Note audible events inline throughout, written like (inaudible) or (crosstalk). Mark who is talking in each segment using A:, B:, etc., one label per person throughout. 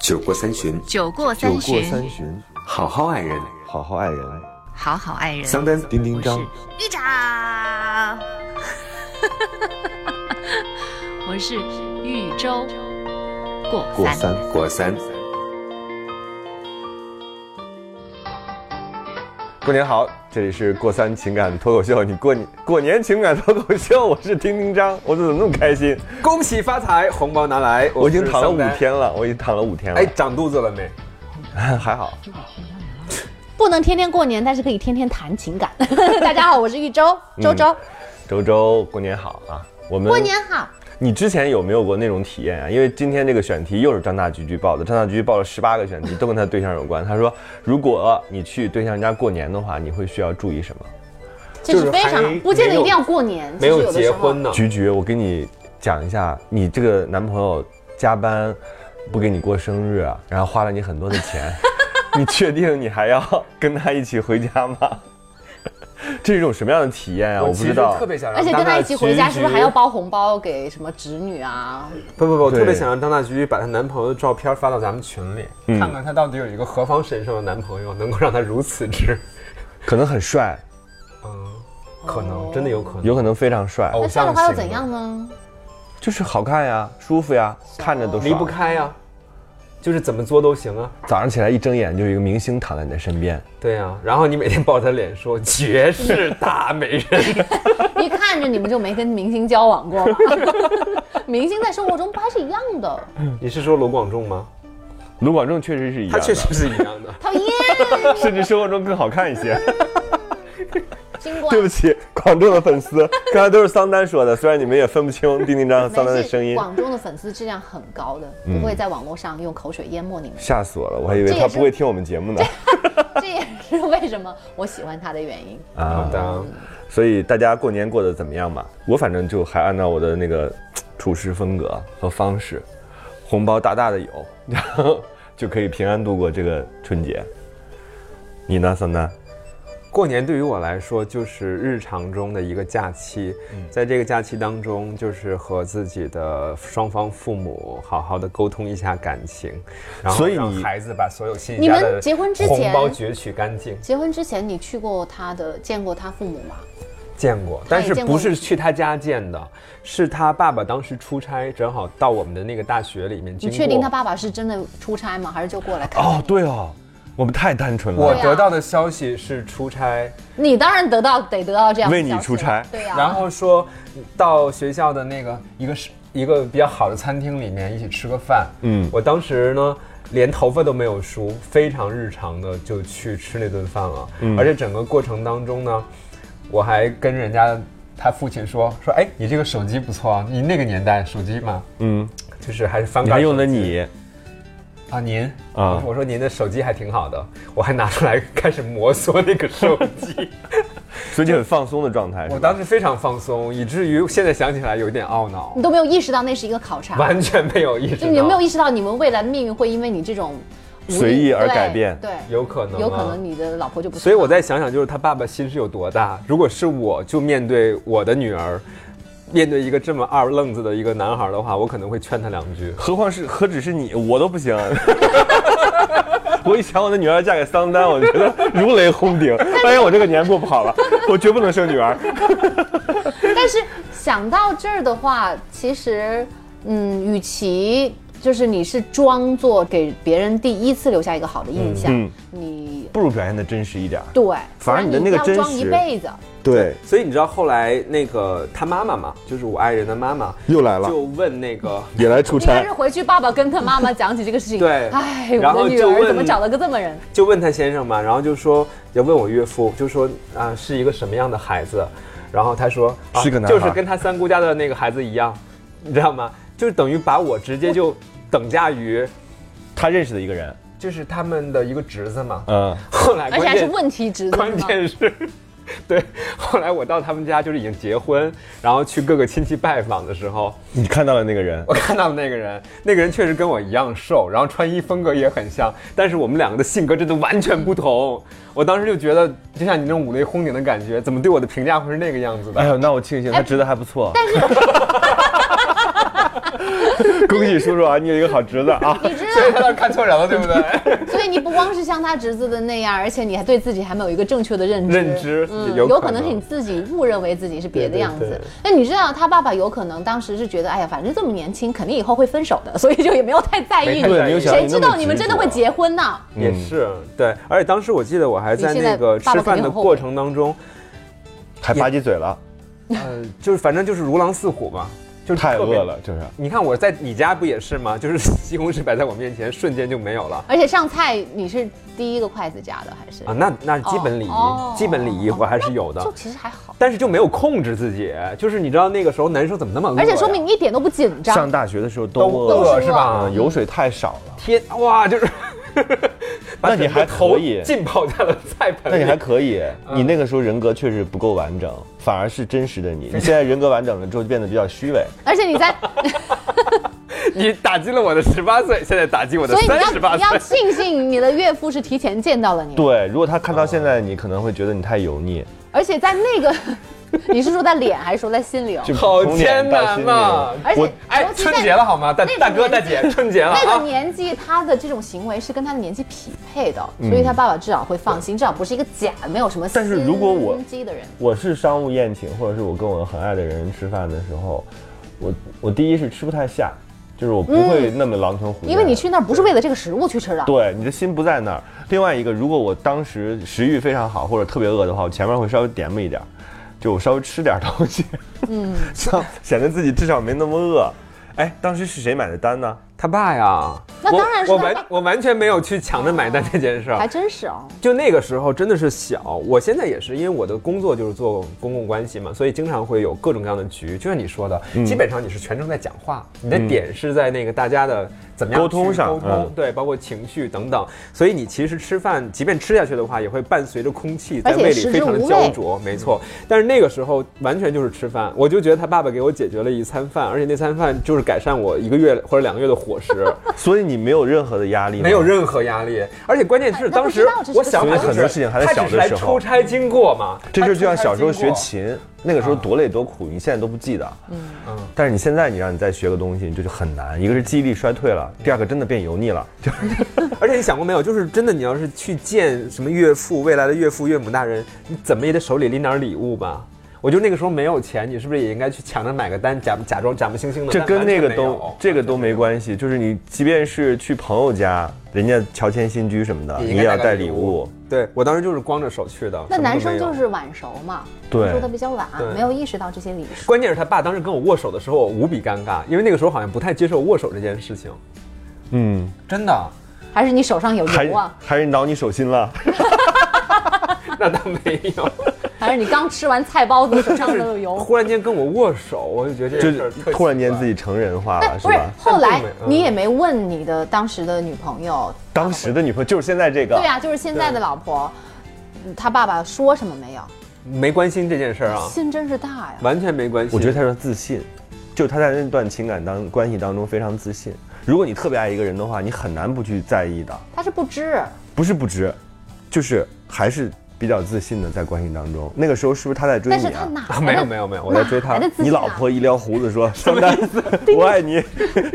A: 酒过三巡，
B: 酒过
C: 酒
B: 三
C: 过
B: 巡，
C: 三巡，
A: 好好爱人。
C: 好好爱人。啊哎
B: 好好爱人。
A: 桑丹，
C: 丁丁
B: 我
C: 张
B: 是玉长，我是豫州过
C: 过
B: 三。
C: 三，
A: 果三，
C: 过年好，这里是过三情感脱口秀。你过年过年情感脱口秀，我是丁丁张，我怎么那么开心？
D: 恭喜发财，红包拿来！
C: 我已经躺了
D: 是桑丹
C: 五。天了，我已经躺了五天了
D: 哎，，长肚子了没？
C: 还好。
E: 不能天天过年，但是可以天天谈情感。 (laughs) 大家好，我是玉州
D: 嗯
E: 周周，
C: 周周过年好啊！我们
E: 过年好。
D: 嗯
C: 你之前有没有过那种体验啊？因为今天这个选题又是张大菊菊报的，张大菊菊报了十八个选题，都跟她对象有关。她说，如果你去对象家过年的话，你会需要注意什么？
E: 这
D: 就是是
E: 非
D: 还
E: 常不见得
D: 没
E: 一
D: 有
E: 定要过年，
D: 没
E: 其实
D: 有
E: 的时
D: 结
E: 候
D: 婚呢。
C: 菊菊，我给你讲一下，你这个男朋友加班不给你过生日，啊然后花了你很多的钱， (laughs) 你确定你还要跟他一起回家吗？ (laughs) 这是一种什么样的体验啊？我不
D: 其
C: 知
D: 实
C: 道
D: 特。别想让
E: 而且
D: 张大
E: 跟他一起回家，
D: 菊
E: 是不是还要
D: 菊
E: 包红包给什么侄女啊？
D: 不不不，我
C: 对
D: 特别想让张大菊把她男朋友的照片发到咱们群里，
C: 嗯
D: 看看她到底有一个何方神圣的男朋友，能够让她如此之……
C: 可能很帅，
D: 嗯，可能真的有可能。
C: 有可能非常帅，
E: 哦
D: 偶
E: 那算了
D: 像型
E: 话又怎样呢？
C: 就是好看呀，舒服呀，看着都爽
D: 离不。开呀、就是怎么作都行啊。
C: 早上起来一睁眼就有一个明星躺在你的身边，
D: 对呀、然后你每天抱着她脸说绝世大美人，
C: (laughs)
E: 一看着你们就没跟明星交往
D: (laughs)
E: 过吗？明星在生活中不还是一样的？
D: 你是说罗广仲吗？
C: 卢广仲确实是一样
D: 他
C: 的，
D: 确实是一样的。
E: 讨厌，
C: (laughs) 甚至生活中更好看一些。
E: 金光
C: 对不起，广州的粉
E: (laughs)
C: 丝，刚才都是桑丹说的，虽然你们也分不清丁丁张和桑丹的
E: 没
C: 声
E: 事，
C: 音，
E: 广州的粉丝质量很高的，不会在网络上用口水淹没你们。
C: 吓死我了，我还以为
E: 这也
C: 他
E: 是
C: 不会听我们节目呢。
E: 这 (laughs) 也是为什么我喜欢他的原因。
D: 好
C: 啊，
D: 的，
C: 所以大家过年过得怎么样嘛？我反正就还按照我的那个处事风格和方式，红包大大的有，然后就可以平安度过这个春节。你呢，桑丹？
D: 过年对于我来说就是日常中的一个假期，
C: 嗯
D: 在这个假期当中，就是和自己的双方父母好好的沟通一下感情，然后
C: 所以
D: 让
C: 你
D: 孩子把所有新
E: 你
D: 家
E: 们
D: 的
E: 结婚之
D: 红
E: 前
D: 包攫取干净。
E: 结婚之前，你去过他的，见过他父母吗？
D: 见过，
E: 他
D: 但
E: 也
D: 是
E: 啊见过
D: 不是
E: 你
D: 去他家见的，是他爸爸当时出差，正好到我们的那个大学里面经
E: 你
D: 过。
E: 确定他？爸爸是真的出差吗？还是就过来看？
C: 哦，对哦，我们太单纯了。
D: 我
E: 对啊
D: 得到的消息是出差，
E: 你当然得到得得到这样的
C: 为你
E: 消息
C: 出差
E: 了对呀、
D: 然后说到学校的那个一个是一个比较好的餐厅里面一起吃个饭。
C: 嗯
D: 嗯，我当时呢连头发都没有梳，非常日常的就去吃那顿饭了。
C: 嗯
D: 而且整个过程当中呢，我还跟人家他父亲说说，哎，你这个手机不错啊，你那个年代手机嘛，
C: 嗯，
D: 就是还是翻
C: 你
D: 盖
C: 还用
D: 手
C: 的
D: 机
C: 你，
D: 啊您
C: 啊
D: 啊，我说您的手机还挺好的，我还拿出来开始摩挲那个手
C: (laughs)
D: 机。
C: 所以你很放松的状态。是吧
D: 我当时非常放松，以至于现在想起来有一点懊恼
E: 你，都没有意识到那是一个考察，
D: 完全没有意识
E: 就
D: 到。
E: 你有没有意识到你们未来命运会因为你这种无力
C: 随意而
E: 对
C: 改变
E: 对，
D: 有可能、啊，
E: 有可能。你的老婆就不是。
D: 所以我再想想，就是他爸爸心是有多大。如果是我，就面对我的女儿，面对一个这么二愣子的一个男孩的话，我可能会劝他两句。
C: 何况是何止是你，我都不行。 (laughs) 我一想我的女儿嫁给桑丹，我觉得如雷轰
D: (laughs)
C: 顶。发现我这个年过不好了，我绝不能生女儿。
E: 但是想到这儿的话，其实，嗯，与其就是你是装作给别人第一次留下一个好的印象，
C: 嗯嗯
E: 你
C: 不如表现的真实一点。
E: 对，
C: 反而你
E: 不然
C: 的那个
E: 要
C: 真
E: 装一
C: 实
E: 辈子。
C: 对，
D: 所以你知道后来那个他妈妈嘛，就是我爱人的妈妈，
C: 又来
D: 就问那个
C: 也来出
E: 应该是。回去爸爸跟他妈妈讲起这个事情，
D: 对
E: 哎，
D: 然
E: 我
D: 后
E: 的女
D: 就
E: 儿
D: 问
E: 怎么找了个这么人？
D: 就问他先生嘛，然后就说要问我岳父，就说啊、是一个什么样的孩子，然后他说、啊、
C: 是个男孩
D: 就是跟他三姑家的那个孩子一样，你知道吗？就是等于把我直接就等价于
C: 他认识的一个人，
D: 就是他们的一个侄子嘛。
C: 嗯，
D: 后来
E: 而且
D: 关
E: 还是
D: 键
E: 问题侄子，
D: (laughs) 关
E: 是吗
D: 键是， (laughs) 对，后来我到他们家就是已经结婚，然后去各个亲戚拜访的时候， (laughs)
C: 你看到了那个人
D: 我，看到了那个人，那个人确实跟我一样瘦，然后穿衣风格也很像，但是我们两个的性格真的完全不同。我当时就觉得，就像你那种五雷轰顶的感觉，怎么对我的评价会是
C: 哎
E: (laughs)
D: 那个样子的？
C: 哎呦，那我庆幸他值得还不错。 (laughs) 恭喜叔叔啊，你有一个好侄子啊！
E: 你知
D: 所以他倒看错人了，对不对？
E: 道，所以你不光是像他侄子的那样，而且你还对自己还没有一个正确的认知。
D: 认知
E: 嗯，
D: 有可能
E: 有可能是你自己误认为自己是别的样
D: 对对
E: 子
D: 对。
E: 那你知道他爸爸有可能当时是觉得，哎呀，反正这么年轻，肯定以后会分手的，所以就也没有太在意
D: 没太在
E: 你。
D: 意
C: 有想
E: 谁知道你们真的
D: 啊
E: 会结婚呢？
D: 也是对，而且当时我记得我还在
E: 你现在
D: 那个
E: 爸爸
D: 吃
E: 肯
D: 饭
E: 定
D: 的
E: 很后
D: 过
E: 悔
D: 程当中，
C: (laughs) 还吧唧嘴了，
D: 呃，就是反正就是如狼似虎嘛，就是
C: 太
D: 特别
C: 饿。了，就是
D: 你看我在你家不也是吗？ (laughs) 就是西红柿摆在我面前，瞬间就没有了。
E: 而且上菜你是第一个筷子夹的还是
D: 啊，？那那基本礼仪，
E: 哦
D: 基本礼仪我还是有的
E: 就，其实还好，
D: 但是就没有控制自己，就是你知道那个时候男生怎么那么饿呀，
E: 而且说明你一点都不紧张
C: 上。大学的时候都
D: 都
C: 饿
D: 饿
C: 了，
D: 是吧？
C: 嗯，油水太少了。
D: 天
E: (laughs)
D: 哇，就是把
C: 那你
D: 整个
C: 还
D: 头
C: 可以
D: 浸泡在了菜盆 (laughs)
C: 那你
D: 里，
C: 还可以，
D: 嗯
C: 你那个时候人格确实不够完整，反而是真实的你。你现在人格完整了之后，就变得比较虚伪。
E: 而且你
D: (laughs)
E: 在，
D: 你打击了我的十八岁，现在打击我的
E: 所以你
D: 三十
E: 要
D: 八
E: 你要
D: 岁。
E: 庆幸你的岳父是提前见到了你，
C: 对，如果他看到现在的你，可能会觉得你太油腻，
E: 而且在那个，你是说在脸还是说在心里哦？
C: 就
D: 好
C: 从
D: 艰
C: 脸到
D: 难
C: 心
D: 呐
C: 里！
E: 而且
C: 我
D: 哎
E: 尤，其在
D: 春节了好吗？大
E: 那个
D: 大哥
E: 年
D: 大姐，春节了
E: 那个
D: 啊！
E: 年纪，他的这种行为是跟他的年纪匹配的，
D: 嗯
E: 所以他爸爸至少会放心，至少不是一个假，没有什么
C: 但是如果我
E: 心机的人，
C: 我是商务宴请，或者是我跟我很爱的人吃饭的时候，我我第一是吃不太下，就是我不会那么狼吞虎咽，
E: 嗯因为你去那儿不是为了这个食物去吃的，
C: 对你的心不在那儿。另外一个，如果我当时食欲非常好或者特别饿的话，我前面会稍微点吧一点儿，就我稍微吃点儿东西，嗯， (laughs) 像显得自己至少没那么饿。哎，当时是谁买的单呢？
D: 他爸呀，
E: 那
D: 我
E: 当然是
D: 我
E: 他
D: 完
E: 爸
D: 我完全没有去抢着买单这件事儿啊
E: 还。真是哦。
D: 就那个时候真的是小，我现在也是，因为我的工作就是做公共关系嘛，所以经常会有各种各样的局。就像你说的，
E: 嗯
D: 基本上你是全程在讲话，你的点是在那个大家的怎么样
C: 沟通
D: 去
C: 上
D: 沟通、
C: 嗯
D: 对，包括情绪等等。所以你其实吃饭，即便吃下去的话，也会伴随着空气在
E: 而且
D: 胃里
E: 食
D: 非
E: 之
D: 常的
E: 无
D: 焦
E: 味
D: 灼，没错。但是那个时候完全就是吃饭，我就觉得他爸爸给我解决了一餐饭，而且那餐饭就是改善我一个月或者两个月的伙食。
C: 所以你没有任何的压力吗，
D: 没有任何压力，而且关键是当时
E: 哎那不知道这是
D: 我想法就是
C: 所以很多事情还在小的时候
D: 他只是来出差经过嘛，
C: 这事儿就像
D: 他出差
C: 小时候
D: 经
C: 学
D: 过，
C: 琴，那个时候多累多苦，你现在都不记得。嗯
D: 嗯
C: 但是你现在你让你再学个东西，你这就很难。一个是记忆力衰退了，第二个真的变油腻了。就
D: 而且你想过没有，就是真的，你要是去见什么岳父、未来的岳父、岳母大人，你怎么也得手里拎点礼物吧。我就那个时候没有钱，你是不是也应该去抢着买个单，假假装假模惺惺的？
C: 这
D: 但
C: 跟
D: 完
C: 那
D: 全
C: 个
D: 没
C: 都
D: 有
C: 这个都没关系，就是你即便是去朋友家，人家乔迁新居什么的，你也要带礼物。。
D: 对我当时就是光着手去的。
E: 那
D: 什么都
E: 男生
D: 没有
E: 就是晚熟嘛，
C: 对
E: 说的比较晚
D: 对，
E: 没有意识到这些礼数。
D: 关键是他爸当时跟我握手的时候，我无比尴尬，因为那个时候好像不太接受握手这件事情。
C: 嗯，
D: 真的，
E: 还是你手上有
C: 还
E: 油啊？
C: 还是挠你手心了。
D: (laughs) 那倒没有。
E: 还是你刚吃完菜包子手上都有
D: (laughs)
E: 油？啊
D: 忽然间跟我握手，我就觉得
C: 就
D: (laughs) 这事儿特奇怪
C: 突然间自己成人化了，
E: 但
C: 是
E: 哎不是
C: 吧？
E: 后来
D: 但并没嗯
E: 你也没问你的当时的女朋友，
C: 当时的女朋友就是现在这个，
E: 对啊，就是现在的老婆，嗯她爸爸说什么没有？
D: 没关心这件事儿啊，
E: 心真是大呀。
D: 完全没关心。
C: 我觉得他说自信，就是他在那段情感当关系当中非常自信。如果你特别爱一个人的话，你很难不去在意的，
E: 他是不知，
C: 不是不知，就是还是比较自信的在关系当中。那个时候是不是他在追
E: 但
C: 你
E: 是他
C: 啊？
E: 哪来
D: 啊 (laughs)
E: 的？
D: 没有没有没有，我在追
E: 哪
D: 他
E: 来。的自信、啊？
C: 你老婆一撩胡子
E: (laughs)
C: 说：“什么意思？ (laughs) 我爱你。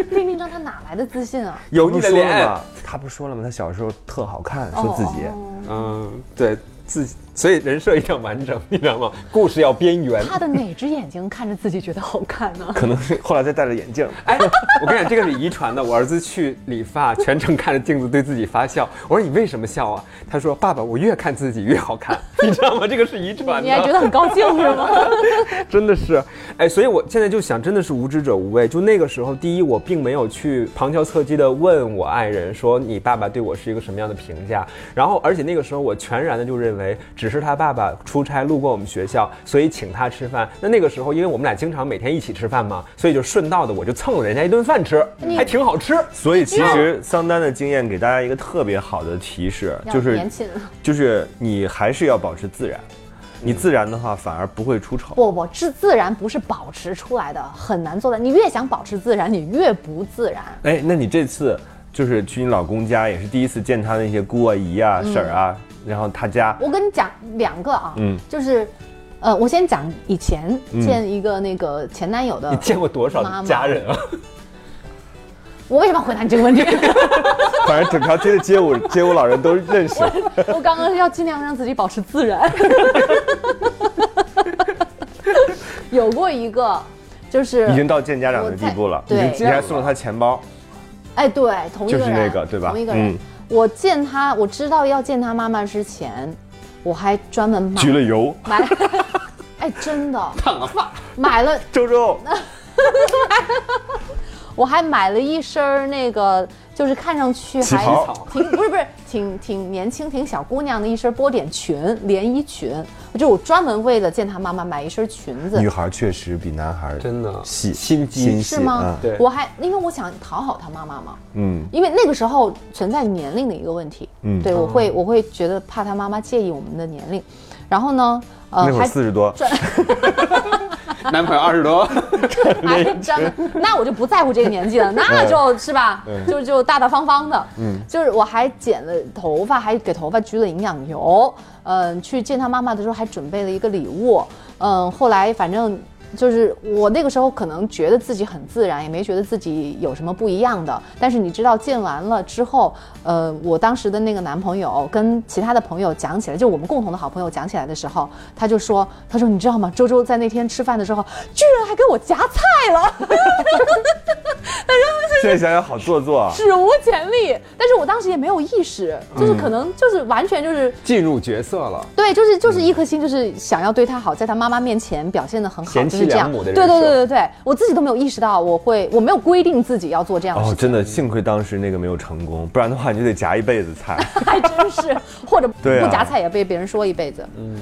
E: 丁丁章他哪来的自
C: (laughs)
E: 信啊？”
D: 油
C: 不
D: 腻的
C: 说
D: 恋
C: 了
D: 爱
C: 吗，？他不说了吗？他小时候特好看，说自己。
E: 哦
D: 嗯，对自己，所以人设一定要完整，你
C: (laughs)
D: 知道吗？故事要边缘。
E: 他的哪只眼睛看着自己觉得好
C: (laughs)
E: 看呢、
C: 可能是后来再戴着眼镜，
D: 哎，我跟你讲，这个是遗传的。我儿子去理发，全程看着镜子对自己发笑。我说你为什么笑啊？他说爸爸，我越看自己越好看，你知道吗？这个是遗传的。
E: 你还觉得很高兴是吗？
D: (laughs) 真的是，哎，所以我现在就想，真的是无知者无畏。就那个时候，第一，我并没有去旁敲侧击的问我爱人说你爸爸对我是一个什么样的评价，然后而且那个时候我全然的就认为，只是他爸爸出差路过我们学校，所以请他吃饭。那那个时候，因为我们俩经常每天一起吃饭嘛，所以就顺道的我就蹭了人家一顿饭吃，
E: 嗯
D: 还挺好吃。
C: (laughs) 所以其实桑丹的经验给大家一个特别好的提示， (laughs) 就是
E: 要年轻。
C: 就是你还是要保持自然，你自然的话反而不会出丑。
E: 不不，自自然不是保持出来的，很难做到。你越想保持自然，你越不自然。
C: 哎，那你这次就是去你老公家，也是第一次见他那些姑啊、姨
E: 嗯
C: 啊、婶儿啊，然后他家，
E: 我跟你讲两个啊，
C: 嗯
E: 就是，呃，我先讲以前
C: 嗯
E: 见一个那个前男友的，
D: 你见过多少
E: 妈妈
D: 家人啊？
E: 我为什么要回答你这个问题？
F: 反正整条街的街舞街舞老人都认
E: (laughs)
F: 识。
E: 我刚刚要尽量让自己保持
F: (laughs)
E: 自然。有过一个，就是
F: 已经到见家长的地步了，
E: 我在对
F: 已经你还送了他钱包，
E: 哎，对，同一个
F: 就
E: 人，
F: 是那个对吧
E: 同一个人。
F: 嗯
E: 我见他，我知道要见他妈妈之前，我还专门买
F: 焗了油。
E: 买 (laughs) 了，哎，真的烫了发，买了，
F: 周周，
E: 我还买了一身儿那个，就是看上去
F: 旗
E: 还
F: 袍
E: 挺不是不是挺挺年轻挺小姑娘的一身波点裙连衣裙，就我专门为了见他妈妈买一身裙子
F: 女，孩确实比男孩
D: 真的
F: 细
D: 心机
F: 心细
E: 是吗？
F: 嗯
D: 对
E: 我还因为我想讨好他妈妈嘛，
F: 嗯，
E: 因为那个时候存在年龄的一个问题，
F: 嗯
E: 对我会我会觉得怕他妈妈介意我们的年龄，然后呢，呃
F: 那会儿四十多，
D: (laughs) 男朋友二十多，
E: 还专门，那我就不在乎这个年纪了，那
F: (laughs) 嗯
E: 就是吧，就就大大方方的，嗯，就是我还剪了头发，还给头发焗了营养油，嗯、去见他妈妈的时候还准备了一个礼物，嗯、后来反正。就是我那个时候可能觉得自己很自然，也没觉得自己有什么不一样的。但是你知道，见完了之后，呃，我当时的那个男朋友跟其他的朋友讲起来，就我们共同的好朋友讲起来的时候，他就说，他说你知道吗？周周在那天吃饭的时候，居然还给我夹菜了。
F: (laughs)
D: (laughs)
F: 现在想想好做作啊。
E: 史无前例。但是我当时也没有意识，就是可能就是完全就是、
D: (laughs) 进入角色了。
E: 对，就是就是一颗心，就是想要对他好，在他妈妈面前表现的很好，
D: 贤
E: 就是
D: 妻
E: 这
D: 良
E: 样。
D: 母的
E: 对
D: 人设
E: 对对对对，我自己都没有意识到我会，我没有规定自己要做这样的
F: 哦，
E: 事情，
F: 真的，幸亏当时那个没有成功，不然的话你就得夹一辈子菜。
E: 还
F: (laughs)
E: 真是，或者不
F: 对啊
E: 夹菜也被别人说一辈子。嗯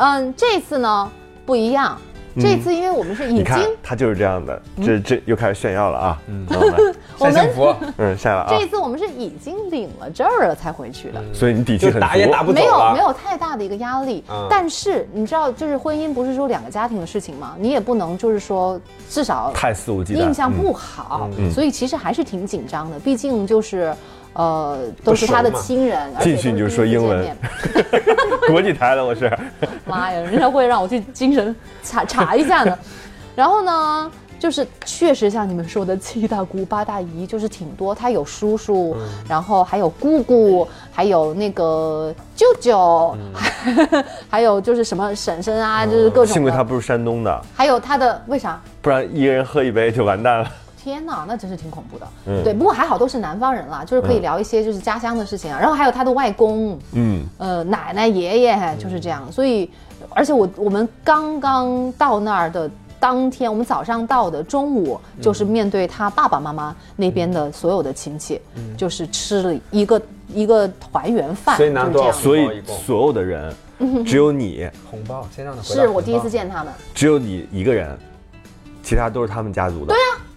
E: 嗯，这次呢不一样，这次因为我们是已
F: 嗯你看
E: 经，嗯
F: 他就是这样的，这这又开始炫耀了啊！朋友们，
E: 我
D: 晒
E: 们
D: 幸福，
F: 嗯，下了啊
E: 嗯这。一次我们是已经领了证儿了才回去的。
F: 所以你底气
D: 就
F: 很
D: 打也
F: 足
D: 打不走
E: 没有
D: 了
E: 没有太大的一个压力，
D: 嗯
E: 但是你知道，就是婚姻不是说两个家庭的事情嘛，你也不能就是说至少
F: 太肆无忌惮。
E: 印象
F: 嗯
E: 不好，
F: 嗯
E: 所以其实还是挺紧张的，毕竟就是。呃，都是他的亲人，而且
F: 进去你就
E: 都是
F: 说
E: 第一次
F: 英文
E: 见面。
F: 嗯国际台了，我是。
E: 妈呀，人家会让我去精神查查
F: (laughs)
E: 一下呢。然后呢，就是确实像你们说的七大姑八大姨，就是挺多。他有叔叔，
F: 嗯
E: 然后还有姑姑，还有那个舅舅， (laughs) 还有就是什么婶婶啊，就是各种的。
F: 嗯哦幸亏他不是山东的，
E: 还有他的为啥？
F: 不然一人喝一杯就完蛋了。
E: 天呐，那真是挺恐怖的。
F: 嗯
E: 对，不过还好都是南方人啦，就是可以聊一些就是家乡的事情啊。然后还有他的外公，
F: 嗯，
E: 呃，奶奶、爷爷
D: 嗯
E: 就是这样。所以，而且我我们刚刚到那儿的当天，我们早上到的，中午就是面对他爸爸妈妈那边的所有的亲戚，
D: 嗯
E: 就是吃了一个一个团圆饭，
D: 所以拿
E: 就是
D: 多
E: 这
D: 少
E: 样。
F: 所
D: 一包
F: 以
D: 一包
F: 所有的人，只有你，
D: 红包，先让他回答
E: 是我
D: 红
E: 第一次
D: 包。
E: 见他们，
F: 只有你一个人，其他都是他们家族的。
E: 啊
F: 对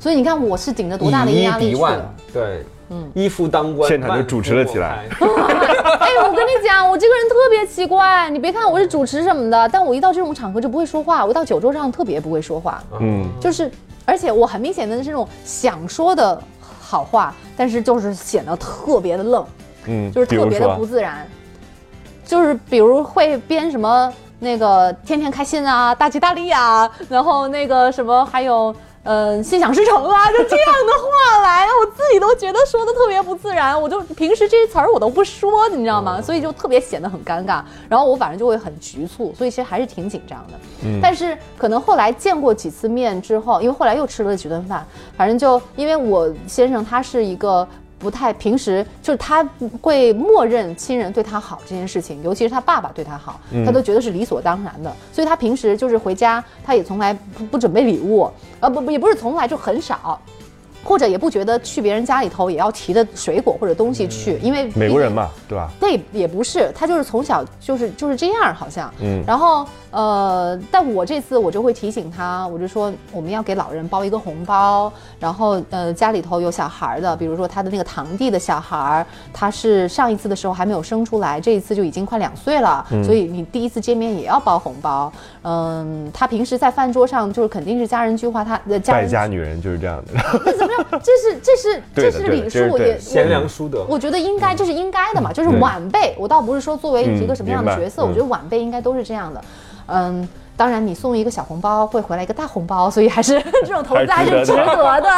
E: 所以你看我是顶着多大的一个
D: 以一
E: 压力啊
D: 敌 (laughs)
E: 去的
D: 万。，对，嗯，一夫当关，
F: 现场就
D: 万夫
F: 主持了起来
D: 莫开。
E: (laughs) 哎，我跟你讲，我这个人特别奇怪。你别看我是主持什么的，但我一到这种场合就不会说话。我一到酒桌上特别不会说话，
F: 嗯，
E: 就是，而且我很明显的是那种想说的好话，但是就是显得特别的愣，
F: 嗯，
E: 就是
F: 比
E: 特
F: 如
E: 别的不
F: 说，
E: 自然。就是比如会编什么那个天天开心啊，大吉大利啊，然后那个什么还有。嗯，心想事成啊，就这样的话来，我自己都觉得说的特别不自然，我就平时这些词儿我都不说，你知道
F: 嗯
E: 吗？所以就特别显得很尴尬，然后我反正就会很局促，所以其实还是挺紧张的。
F: 嗯
E: 但是可能后来见过几次面之后，因为后来又吃了几顿饭，反正就因为我先生他是一个。不太平时就是他会默认亲人对他好这件事情，尤其是他爸爸对他好，他都觉得是理所当然的。所以他平时就是回家，他也从来不不准备礼物，啊不不也不是从来就很少，或者也不觉得去别人家里头也要提着水果或者东西去，因为
F: 嗯美国人嘛，对吧？
E: 那也也不是，他就是从小就是就是这样，好像。
F: 嗯
E: 然后呃，但我这次我就会提醒他，我就说我们要给老人包一个红包，然后呃家里头有小孩儿的，比如说他的那个堂弟的小孩儿，他是上一次的时候还没有生出来，这一次就已经快两岁了，
F: 嗯
E: 所以你第一次见面也要包红包。嗯，他平时在饭桌上就是肯定是家人聚会，他的家
F: 败
E: 人
F: 家女人就是这样的。
E: 那怎么样？ (laughs) 这是这是
F: 对
E: 这
F: 的
E: 是
F: 对的
E: 礼
F: 这是
E: 数，
F: 对的
E: 也
D: 贤良淑德，
E: 我觉得应该，这是应该的嘛，就是
F: 对
E: 晚辈。我倒不是说作为一个什么样的角色，
F: 嗯明白
E: 我觉得晚辈应该都是这样的。嗯，当然，你送一个小红包会回来一个大红包，所以还是 (laughs) 这种投资还
C: 还
E: 是
C: 是值
E: 值
C: 得的
E: 得的。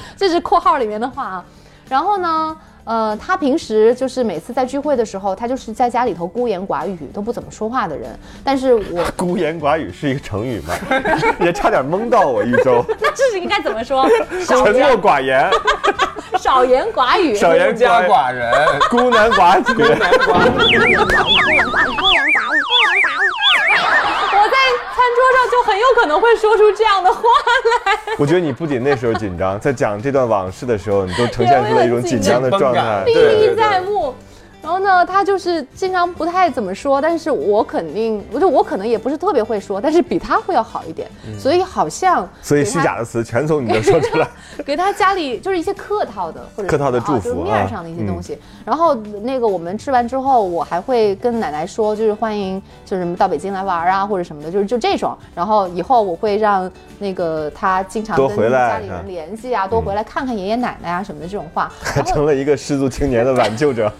E: (laughs) 这是括号里面的话啊。然后呢，呃，他平时就是每次在聚会的时候，他就是在家里头孤言寡语，都不怎么说话的人。但是我
C: (laughs) 孤言寡语是一个成语吗？ (laughs) 也差点蒙到我一
E: (laughs)
C: 周，
E: 那 (laughs) 这是应该怎么说？ (laughs) 少
C: 沉默
E: 言
C: 寡
E: (laughs)
C: 言，
E: 少言寡语。
C: 少言
D: 孤家
C: 寡
D: 寡人，
C: 孤男寡
D: 孤
C: 女。 (laughs)
D: 男寡女。
E: 我在餐桌上就很有可能会说出这样的话来。
C: 我觉得你不仅那时候紧张，在讲这段往事的时候，你都呈现出了一种紧张的状态。
E: (laughs)
D: 对
E: 历
D: 对
E: 历在目。然后呢，他就是经常不太怎么说，但是我肯定，我就我可能也不是特别会说，但是比他会要好一点，所以好像
C: 嗯所以
E: 给
C: 虚
E: 他
C: 假的词全从你这说
E: (laughs)
C: 出来。
E: 给他家里就是一些客套的或者
C: 客套的
E: 啊
C: 祝福嗯
E: 就是面儿上的一些东西。然后那个我们吃完之后，我还会跟奶奶说，就是欢迎就是什么到北京来玩儿啊或者什么的，就是就这种。然后以后我会让那个他经常
C: 多
E: 跟
C: 回来
E: 家里人
C: 嗯
E: 联系啊，多回来看看爷爷奶奶啊什么的这种
C: (laughs)
E: 话。
C: 还成了一个失足青年的挽救者，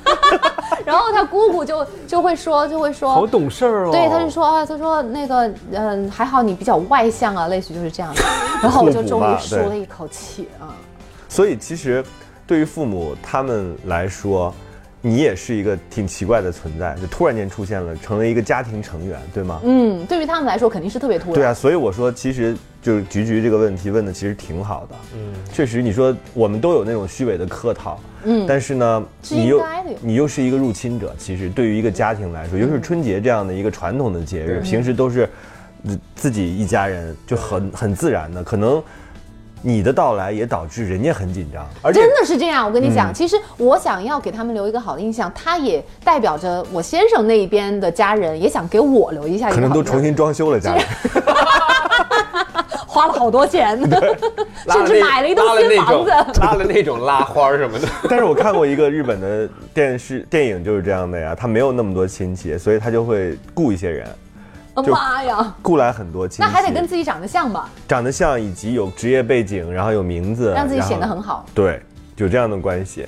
E: 然后他姑姑就就会说就会说
D: 好懂事儿哦。
E: 对，他就说，啊他说那个，嗯，还好你比较外向啊，类似就是这样
C: (laughs)
E: 的。然后我就终于舒了一口气啊。
C: 所以其实对于父母他们来说，你也是一个挺奇怪的存在，就突然间出现了，成了一个家庭成员，对吗？
E: 嗯，对于他们来说肯定是特别突然。
C: 对啊，所以我说，其实就是菊菊这个问题问的其实挺好的。嗯，确实，你说我们都有那种虚伪的客套，嗯，但是呢，
E: 是
C: 你
E: 应
C: 又
E: 该的
C: 你又是一个入侵者。其实对于一个家庭来说，尤其是春节这样的一个传统的节日，平时都是呃自己一家人，就很很自然的。可能你的到来也导致人家很紧张，而且嗯
E: 真的是这样，我跟你讲，其实我想要给他们留一个好的印象，他也代表着我先生那一边的家人，也想给我留一下一
C: 可
E: 个
C: 能
E: 好
C: 都
E: 印象
C: 重，新装修了家里。
E: 花了好多钱， (laughs)
D: 拉
E: 甚至买了一栋新房子。
D: 拉了那种拉花儿什么的。
C: (laughs) 但是我看过一个日本的电视电影，就是这样的呀，他没有那么多亲戚，所以他就会雇一些人。 (laughs) 就
E: 妈呀，
C: 雇来很多亲戚，
E: 那还得跟自己长得像吧，
C: 长得像，以及有职业背景，然后有名字，
E: 让自己
C: 然后
E: 显得很好。
C: 对，有这样的关系，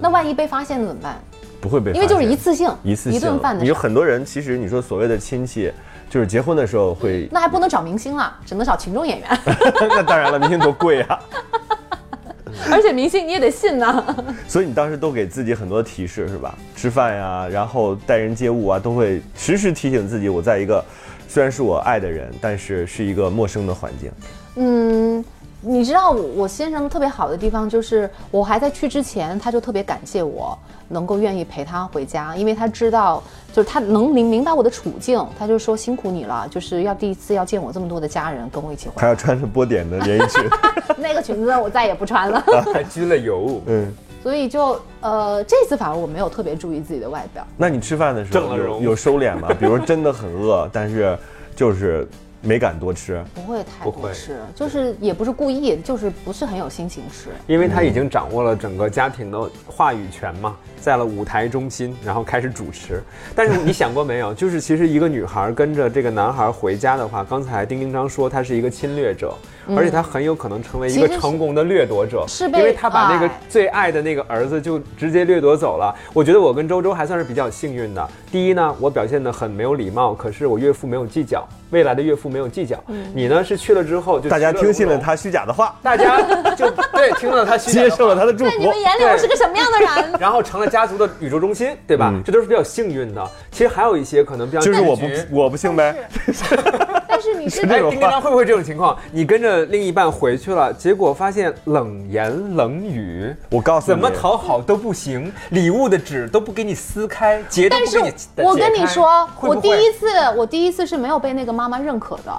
E: 那万一被发现了怎么办？
C: 不会被
E: 因为就是
C: 发现
E: 一次性，
C: 一次
E: 一
C: 性
E: 顿饭的
C: 你
E: 事
C: 有
E: 儿，
C: 很多人，其实你说所谓的亲戚，就是结婚的时候会，
E: 那还不能找明星了，只能找群众演员。 (laughs)
C: (laughs) 那当然了，明星多贵啊，
E: 而且明星你也得信呐。
C: 所以你当时都给自己很多提示是吧？吃饭呀、然后待人接物啊，都会时时提醒自己，我在一个虽然是我爱的人，但是是一个陌生的环境。
E: 嗯，你知道我我先生特别好的地方就是，我还在去之前他就特别感谢我能够愿意陪他回家，因为他知道就是他能明明白我的处境，他就说辛苦你了，就是要第一次要见我这么多的家人跟我一起回
C: 还要穿着波点的连衣
D: (laughs)
C: 裙，
E: 来，那个裙子我再也不穿了。
D: 还焗了油，
C: 嗯，
E: 所以就呃这次反而我没有特别注意自己的外表，
C: 那你吃饭的时
D: 正
C: 候
D: 了
C: 有
D: 容
C: 有收敛吗？比如真的很饿，但是就是没敢多吃，
E: 不会太
D: 不
E: 多
D: 会
E: 吃，就是也不是故意，就是不是很有心情吃。
D: 因为他已经掌握了整个家庭的话语权嘛，在了舞台中心，然后开始主持。但是你想过没有， (laughs) 就是其实一个女孩跟着这个男孩回家的话，刚才丁丁张说他是一个侵略者，而且他很有可能成为一个
E: 嗯其实是
D: 成功的掠夺者，
E: 是被
D: 因为他把那个
E: 哎
D: 最爱的那个儿子就直接掠夺走了。我觉得我跟周周还算是比较幸运的。第一呢，我表现得很没有礼貌，可是我岳父没有计较，未来的岳父没有计较。
E: 嗯
D: 你呢是去了之后就
C: 大家
D: 其乐
C: 听信
D: 融
C: 了
D: 融，
C: 他虚假的话，
D: 大家就对听了他虚假
C: 接
D: 的
C: 受了他的祝
E: 在你
C: 福
E: 们。眼里我是个什么样的 (laughs) 人？
D: 然后成了家族的宇宙中心，对吧？这都是比较幸运的。其实还有一些可能比较
C: 嗯就是我不
D: 结局
C: 我不信呗，
E: 但是你知
C: 是
E: 道
C: 这。
D: 哎，
C: 种
D: 丁丁张会不会这种情况？你跟着另一半回去了，结果发现冷言冷语，
C: 我告诉你
D: 怎么讨好都不行，礼物的纸都不给你撕开，结都
E: 但
D: 哎不
E: 是
D: 给你解开。
E: 我跟你说，
D: 会
E: 我
D: 不
E: 第
D: 会
E: 一次，我第一次是没有被那个妈妈认可的，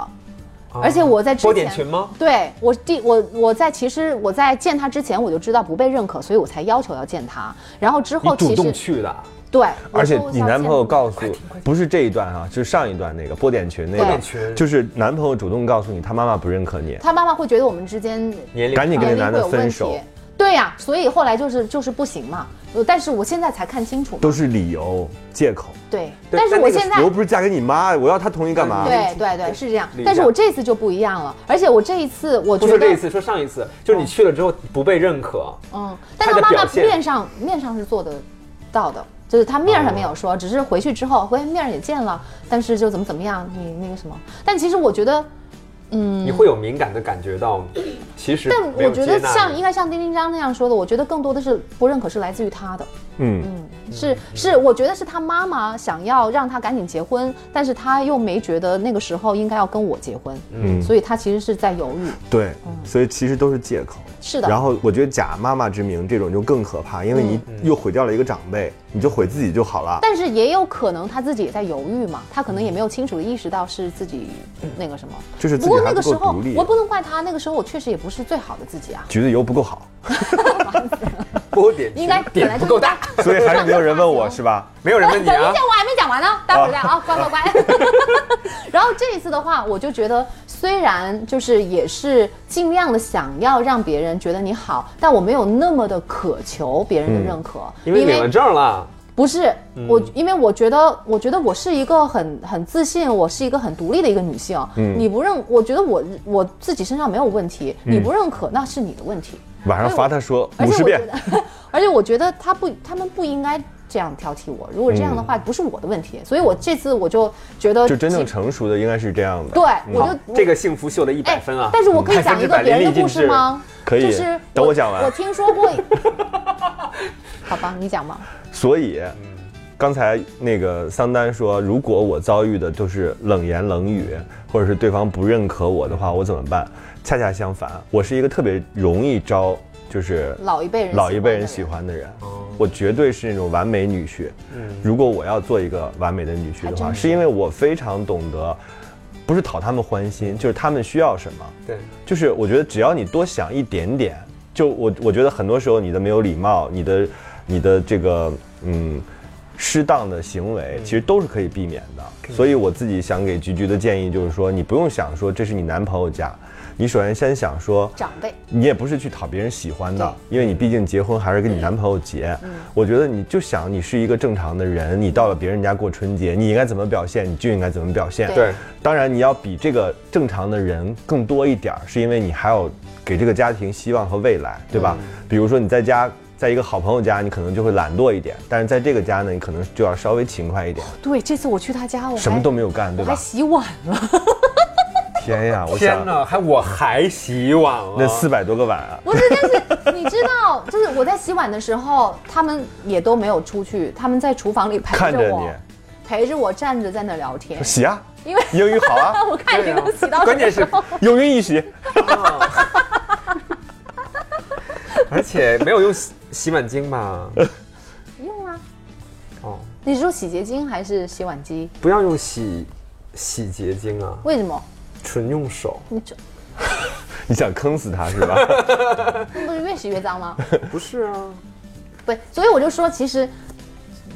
E: 而且我在之前
D: 哦拨点群吗？
E: 对我第我我在其实我在见他之前我就知道不被认可，所以我才要求要见他。然后之
D: 你
E: 后
D: 主
E: 哦其
D: 动
E: 实
D: 去的，
E: 对，
C: 而且
E: 我说
C: 你
E: 要
C: 男朋友
E: 见
C: 告诉，不是这一段啊，就是上一段那个波点群那
E: 对
C: 个，
D: 群
C: 就是男朋友主动告诉你他妈妈不认可你，
E: 他妈妈会觉得我们之间
D: 年龄
C: 赶紧跟
E: 年
C: 那男
E: 龄
C: 的
E: 会有问
C: 分
E: 题
C: 手，。
E: 对呀、所以后来就是就是不行嘛。呃但是我现在才看清楚嘛，
C: 都是理由借口。
E: 对。
D: 对
E: 但是
D: 但
E: 我
D: 那个
E: 现在
C: 我又不是嫁给你妈，我要她同意干嘛？嗯
E: 对对对是这样
D: 理，
E: 但是
D: 解
E: 我这次就不一样了，而且我这一次我
D: 不
E: 觉
D: 说
E: 得
D: 这一次，说上一次，就是
E: 嗯
D: 你去了之后不被认可，
E: 嗯，但
D: 他
E: 他
D: 的
E: 妈妈
D: 表现
E: 面上面上是做得到的，就是他面上没有说，只是回去之后，回面儿也见了，但是就怎么怎么样，你那个什么，但其实我觉得。
D: 你会有敏感的感觉到，其实
E: 嗯但
D: 没有
E: 我觉
D: 接
E: 得
D: 纳
E: 像
D: 你
E: 应该像丁丁章那样说的，我觉得更多的是不认可是来自于他的，
F: 嗯，
E: 是是，我觉得是他妈妈想要让他赶紧结婚，但是他又没觉得那个时候应该要跟我结婚，
F: 嗯
E: 所以他其实是在犹豫。
C: 对，所以其实都是借口。
E: 嗯是的嗯
C: 然后我觉得假妈妈之名这种就更可怕，因为你又毁掉了一个长辈，你就毁自己就好了。
E: 但是也有可能他自己也在犹豫嘛，他可能也没有清楚的意识到是自己那个什么。
C: 就是自
E: 不
C: 己
E: 过
C: 还
E: 那
C: 不
E: 个时
C: 够
E: 候
C: 独立
E: 我也。不能怪他，那个时候我确实也不是最好的自己啊，
C: 橘子油不够好，
D: 波点
E: 应该
D: 群
E: 本来
D: 点
E: 就
D: 不够大，
C: 所以还是没有人问我是吧？
D: (laughs) 没有人问你
E: 等一
D: 啊
E: 下，。我还没讲完呢，待会儿再啊，乖乖乖。 (laughs) 然后这一次的话，我就觉得，虽然就是也是尽量的想要让别人觉得你好，但我没有那么的渴求别人的认可，
D: 因为领了证了，
E: 不是、
C: 嗯
E: 我，因为我觉得，我觉得我是一个很很自信，我是一个很独立的一个女性。
C: 嗯
E: 你不认，我觉得我我自己身上没有问题，你不认可那是你的问题。
F: 晚上发他说
E: 而
F: 五
E: 且
F: 十
E: 我觉
F: 遍，
E: 得， (laughs) 而且我觉得他不，他们不应该这样挑剔我。如果这样的话，不是我的问题。所以我这次我就觉
C: 嗯
E: 得，
C: 就真正嗯成熟的应该是这样的。
E: 对，我就呃我哎
D: 这个幸福秀了一百分啊。
E: 但是我可以讲一个别
D: 100%淋
E: 人
D: 漓
E: 的
D: 尽
E: 故
D: 致
E: 事？吗？
C: 可以
E: 就是
C: 等我讲完
E: 我听说过， (laughs) 好吧，你讲吧。
C: 所以，刚才那个桑丹说，如果我遭遇的就是冷言冷语，或者是对方不认可我的话，我怎么办？恰恰相反，我是一个特别容易招就是
E: 老一辈人，
C: 老一辈人喜，欢的人，我绝对是那种完美女婿。如果我要做一个完美的女婿的话，
E: 还真
C: 是因为我非常懂得，不是讨他们欢心，就是他们需要什么。
D: 对，
C: 就是我觉得只要你多想一点点，就我我觉得很多时候你的没有礼貌，你的你的这个嗯适当的行为，其实都是可以避免的。所以我自己想给菊菊的建议就是说，你不用想说这是你男朋友家，你首先先想说
E: 长辈。
C: 你也不是去讨别人喜欢的，因为你毕竟结婚还是跟你男朋友结。
E: 嗯
C: 我觉得你就想你是一个正常的人，你到了别人家过春节，你应该怎么表现，你就应该怎么表现。
E: 对
D: 对，
C: 当然你要比这个正常的人更多一点儿，是因为你还有给这个家庭希望和未来，对吧？
E: 嗯
C: 比如说你在家。在一个好朋友家，你可能就会懒惰一点，但是在这个家呢，你可能就要稍微勤快一点，
E: 对，这次我去他家，我还
C: 什么都没有干，对
E: 我还
C: 吧？
E: 洗碗了，
C: 天呀，我
D: 天
C: 想
D: 哪，还我还洗碗了。
C: 那四百多个碗啊，
E: 不是，但是 (laughs) 你知道，就是我在洗碗的时候，他们也都没有出去，他们在厨房里陪
C: 看着
E: 着我，
C: 你
E: 陪着我站着在那聊天，
C: 洗啊，
E: 因为
C: 英语好啊，
E: (laughs) 我看你能洗到
D: 关键是 (laughs)
E: 什么时候
C: 永远一洗。
D: 而且没有用洗洗碗巾吧？
E: 用啊？
D: 哦，
E: 你是说洗洁精还是洗碗机？
D: 不要用洗洗洁精啊，
E: 为什么？
D: 纯用手。
E: 你这
C: 你想坑死他是吧？
E: 那不是越洗越脏吗？ (laughs)
D: 不是啊，
E: 不，所以我就说，其实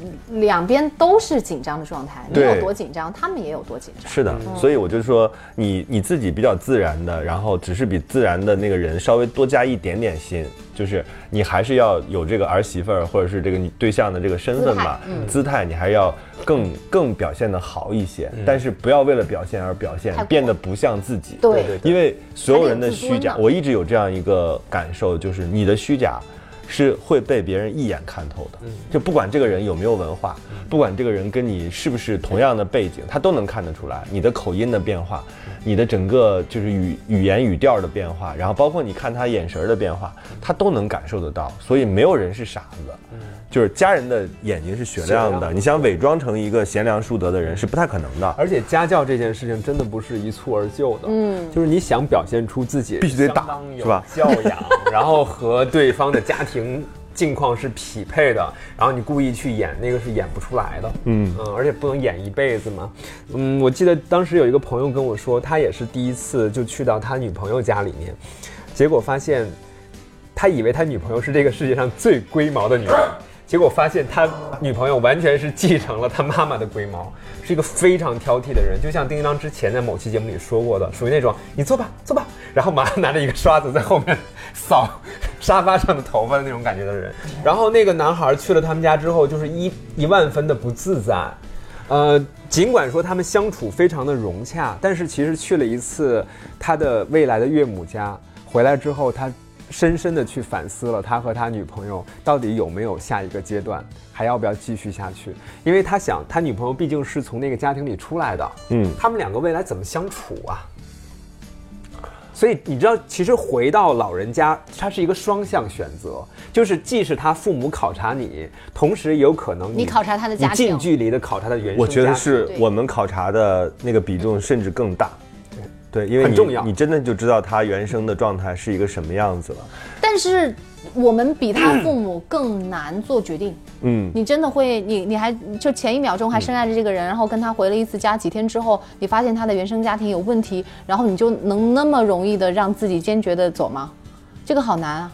E: 嗯两边都是紧张的状态，你
C: 对
E: 有多紧张，他们也有多紧张。
C: 是的， (laughs) 所以我就说你你自己比较自然的，然后只是比自然的那个人稍微多加一点点心，就是你还是要有这个儿媳妇儿或者是这个你对象的这个身份吧，
E: 嗯
C: 姿态,、你还要更更表现的好一些，但是不要为了表现而表现
E: 太过，
C: 变得不像自己。
E: 对
D: 对
C: 因为所有人的虚
E: 还得有自尊
C: 假，
E: 呢
C: 我一直有这样一个感受，就是你的虚假是会被别人一眼看透的。就不管这个人有没有文化，不管这个人跟你是不是同样的背景，他都能看得出来你的口音的变化，你的整个就是语语言语调的变化，然后包括你看他眼神儿的变化，他都能感受得到。所以没有人是傻子。就是家人的眼睛是雪亮
D: 雪
C: 的，
D: 亮
C: 你想伪装成一个贤良淑德的人是不太可能的，
D: 而且家教这件事情真的不是一蹴而就的，嗯，就是你想表现出自己
C: 必须得打
D: 相当有
C: 是吧
D: 教养，然后和对方的家庭境况是匹配的，然后你故意去演，那个是演不出来的，嗯而且不能演一辈子嘛，嗯，我记得当时有一个朋友跟我说，他也是第一次就去到他女朋友家里面，结果发现他以为他女朋友是这个世界上最龟毛的女人，结果发现他女朋友完全是继承了他妈妈的龟毛，是一个非常挑剔的人。就像丁一章之前在某期节目里说过的，属于那种你坐吧，坐吧， (laughs) 然后马上拿着一个刷子在后面扫沙发上的头发的那种感觉的人。然后那个男孩去了他们家之后，就是一一万分的不自在。呃，尽管说他们相处非常的融洽，但是其实去了一次他的未来的岳母家，回来之后，他深深的去反思了他和他女朋友到底有没有下一个阶段，还要不要继续下去？因为他想，他女朋友毕竟是从那个家庭里出来的，
C: 嗯
D: 他们两个未来怎么相处啊？所以你知道，其实回到老人家，它是一个双向选择，就是既是他父母考察你，同时也有可能
E: 你考察他的家
D: 你
E: 庭
D: 近距离的考察他的原生
C: 我觉得
D: 家庭
C: 是
E: 对
C: 我们考察的那个比重甚至更大。对，因为
D: 很
C: 你
D: 重要
C: 你真的就知道他原生的状态是一个什么样子了。
E: 但是我们比他父母更难做决定。
C: 嗯，
E: 你真的会，你你还就前一秒钟还深爱着这个人，然后跟他回了一次家，几天之后你发现他的原生家庭有问题，然后你就能那么容易的让自己坚决的走吗？这个好难啊！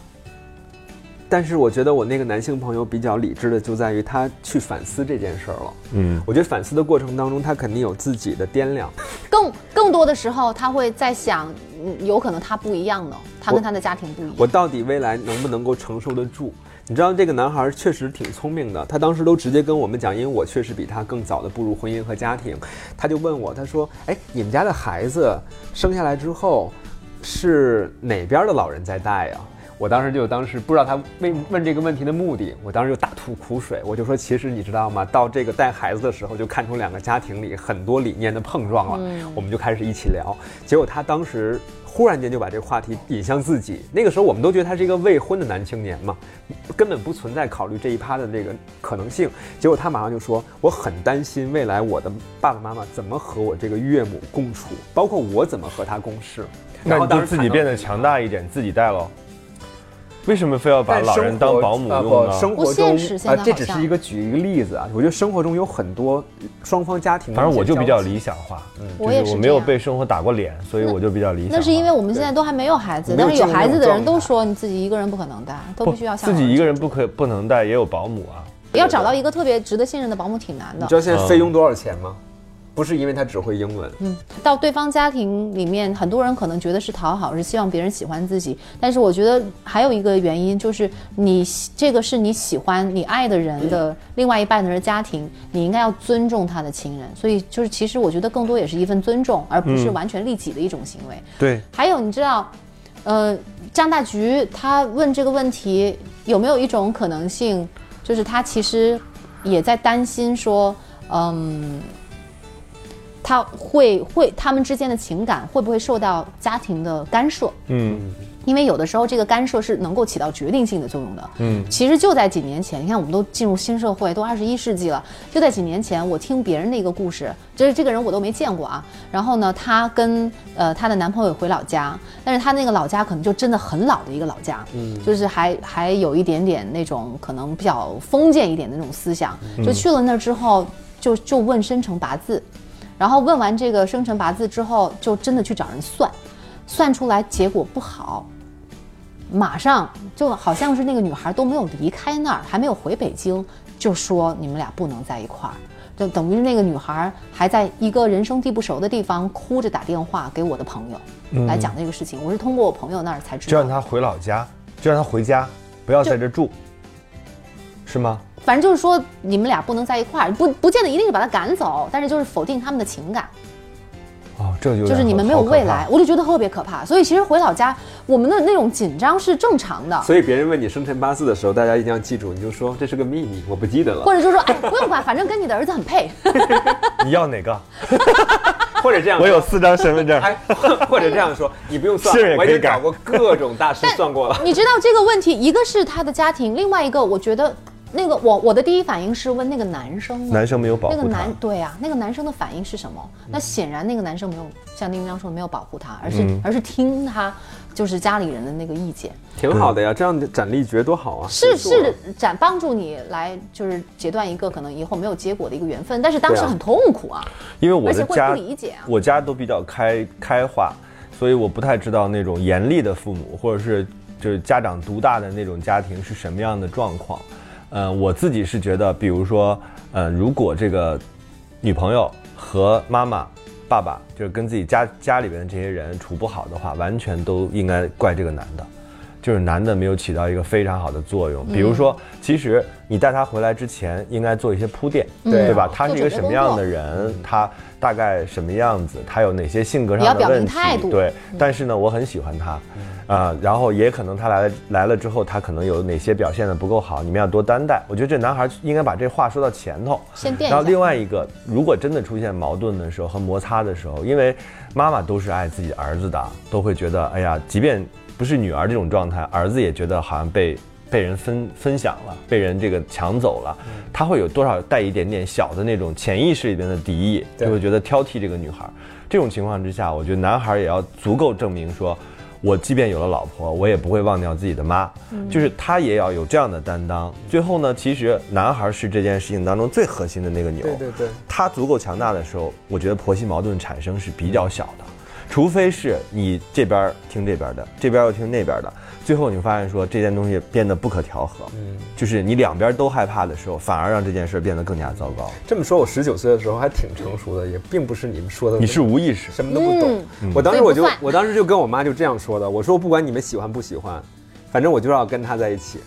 D: 但是我觉得我那个男性朋友比较理智的，就在于他去反思这件事儿了。
C: 嗯，
D: 我觉得反思的过程当中，他肯定有自己的掂量。
E: 更更多的时候，他会在想，嗯有可能他不一样呢，他跟他的家庭不一样。
D: 我到底未来能不能够承受得住？你知道这个男孩确实挺聪明的，他当时都直接跟我们讲，因为我确实比他更早的步入婚姻和家庭，他就问我，他说：“哎，你们家的孩子生下来之后，是哪边的老人在带啊呀、我当时就当时不知道他问问这个问题的目的，我当时就大吐苦水，我就说，其实你知道吗？到这个带孩子的时候，就看出两个家庭里很多理念的碰撞了。我们就开始一起聊，结果他当时忽然间就把这个话题引向自己。那个时候我们都觉得他是一个未婚的男青年嘛，根本不存在考虑这一趴的这个可能性。结果他马上就说：“我很担心未来我的爸爸妈妈怎么和我这个岳母共处，包括我怎么和他共事。”
C: 那
D: 然后
C: 你
D: 当
C: 就
D: 时
C: 自
D: 看
C: 己
D: 到
C: 变得强大一点，自己带喽。为什么非要把
D: 但
C: 老人
D: 生
C: 当
D: 活
C: 保姆
D: 啊
C: 用
D: 不
C: 呢？
D: 生
E: 呃不
D: 活
E: 现
D: 中
E: 实现
D: 啊，
E: 在
D: 这
E: 好
D: 只是
E: 像
D: 一个举一个例子啊。我觉得生活中有很多双方家庭的
C: 反
D: 一些交集，
C: 正我就比较理想化，
E: 嗯我
C: 就
E: 也
C: 是
E: 是
C: 我没有
E: 这样
C: 被生活打过脸，所以我就比较理想化。
E: 那是因为我们现在都还没有孩子，
D: 没有
E: 但是有
D: 进入
E: 孩
D: 那
E: 子
D: 种
E: 的人都
D: 状态
E: 说你自己一个人不可能带，都
C: 不
E: 必须要像
C: 自己一
E: 个
C: 个人不可不能带，也有保姆啊。
E: 要找到一个特别值得信任的保姆挺难的
D: 你知。道现在
C: 嗯
D: 菲佣多少钱吗？不是因为他只会英文，
E: 嗯，到对方家庭里面，很多人可能觉得是讨好，是希望别人喜欢自己。但是我觉得还有一个原因就是你喜，这个是你喜欢、你爱的人的另外一半的人家庭，你应该要尊重他的亲人。所以就是，其实我觉得更多也是一份尊重，而不是完全利己的一种行为。
C: 对，
E: 还有，你知道，呃，张大菊她问这个问题，有没有一种可能性，就是她其实也在担心说，嗯，她会会他们之间的情感会不会受到家庭的干涉？
C: 嗯，
E: 因为有的时候这个干涉是能够起到决定性的作用的。嗯，其实就在几年前，你看我们都进入新社会，都二十一世纪了，就在几年前，我听别人的一个故事，就是这个人我都没见过啊。然后呢，她跟呃她的男朋友回老家，但是她那个老家可能就真的很老的一个老家，嗯，就是还还有一点点那种可能比较封建一点的那种思想，就去了那儿之后，就就问生辰八字。然后问完这个生辰八字之后，就真的去找人算，算出来结果不好，马上就好像是那个女孩都没有离开那儿，还没有回北京，就说你们俩不能在一块儿。就等于那个女孩还在一个人生地不熟的地方哭着打电话给我的朋友来讲这个事情，我是通过我朋友那儿才知
C: 就
E: 道
C: 让
E: 的。
C: 他回老家，就让他回家，不要在这住，是吗？
E: 反正就是说你们俩不能在一块儿，不不见得一定是把她赶走，但是就是否定他们的情感。
C: 哦，这就
E: 就是你们没有未来，。我就觉得特别可怕。所以其实回老家，我们的那种紧张是正常的，
D: 所以别人问你生辰八字的时候，大家一定要记住，你就说这是个秘密，我不记得了，
E: 或者就说哎不用管，反正跟你的儿子很配。 (laughs)
C: 你要哪个？
D: 或者这样
C: 我
D: 说，
C: 有四张身份
E: (laughs)
C: 证。
D: 哎，或或者这样说，你不用算
C: 是也，
D: 我已
C: 可以
D: 经
C: 改
D: 找过各种大师
C: (laughs)
D: 算过了。
E: 你知道这个问题，一个是他的家庭，另外一个我觉得那个我我的第一反应是问那个男生呢
C: 男生没有保
E: 那个
C: 护他
E: 男，对啊，那个男生的反应是什么？那显然那个男生没有像丁章说的没有保护他，而是、而是听他就是家里人的那个意见，
D: 挺好的呀，这样斩立决多好啊！
E: 是
D: 谁做了
E: 是，展帮助你来就是截断一个可能以后没有结果的一个缘分，但是当时
D: 对啊
E: 很痛苦啊。
C: 因为我的
E: 而且会
C: 家
E: 不理解啊
C: 我家都比较开开化，所以我不太知道那种严厉的父母，或者是就是家长独大的那种家庭是什么样的状况。呃，我自己是觉得，比如说，呃，如果这个女朋友和妈妈、爸爸，就是跟自己家家里边的这些人处不好的话，完全都应该怪这个男的。就是男的没有起到一个非常好的作用。
D: 嗯
C: 比如说，其实你带他回来之前，应该做一些铺垫，
D: 对
C: 对吧？
E: 做
C: 他是一个
E: 准备
C: 什么
E: 工
C: 样
E: 作
C: 的人？他大概什么样子？他有哪些性格
E: 你要
C: 上的
E: 表明
C: 问题
E: 态？度嗯
C: 对，但是呢，我很喜欢他，啊、然后也可能他来了来了之后，他可能有哪些表现的不够好，你们要多担待。我觉得这男孩应该把这话说到前头。
E: 先垫一
C: 然后
E: 下。
C: 另外一个，如果真的出现矛盾的时候和摩擦的时候，因为妈妈都是爱自己儿子的，都会觉得，哎呀，即便不是女儿这种状态，儿子也觉得好像被被人分分享了，被人这个抢走了，
D: 嗯
C: 他会有多少带一点点小的那种潜意识里边的敌意，
D: 对
C: 就会觉得挑剔这个女孩。这种情况之下，我觉得男孩也要足够证明说。我即便有了老婆，我也不会忘掉自己的妈，
D: 嗯
C: 就是他也要有这样的担当。最后呢，其实男孩是这件事情当中最核心的那个钮，
D: 对对对，
C: 他足够强大的时候，我觉得婆媳矛盾产生是比较小的，除非是你这边儿听这边儿的，这边儿又听那边儿的，最后你发现说这件东西变得不可调和，
D: 嗯，
C: 就是你两边都害怕的时候，反而让这件事变得更加糟糕。
D: 这么说，我十九岁的时候还挺成熟的，也并不是你们说的那
C: 你是无意识，
D: 什么都不懂。我当时
E: 嗯所以
D: 我
E: 不
D: 就
E: 算
D: 我当时就跟我妈就这样说的，我说不管你们喜欢不喜欢，反正我就要跟他在一起。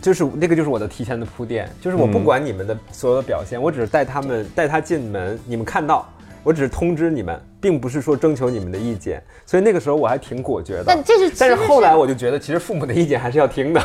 D: 就是那个，就是我的提前的铺垫，就是我不
C: 嗯
D: 管你们的所有的表现，我只是带他们带他进门，你们看到，我只是通知你们，并不是说征求你们的意见。所以那个时候我还挺果决的。
E: 但这是
D: 但是
E: 其实
D: 后来我就觉得，其实父母的意见还是要听的，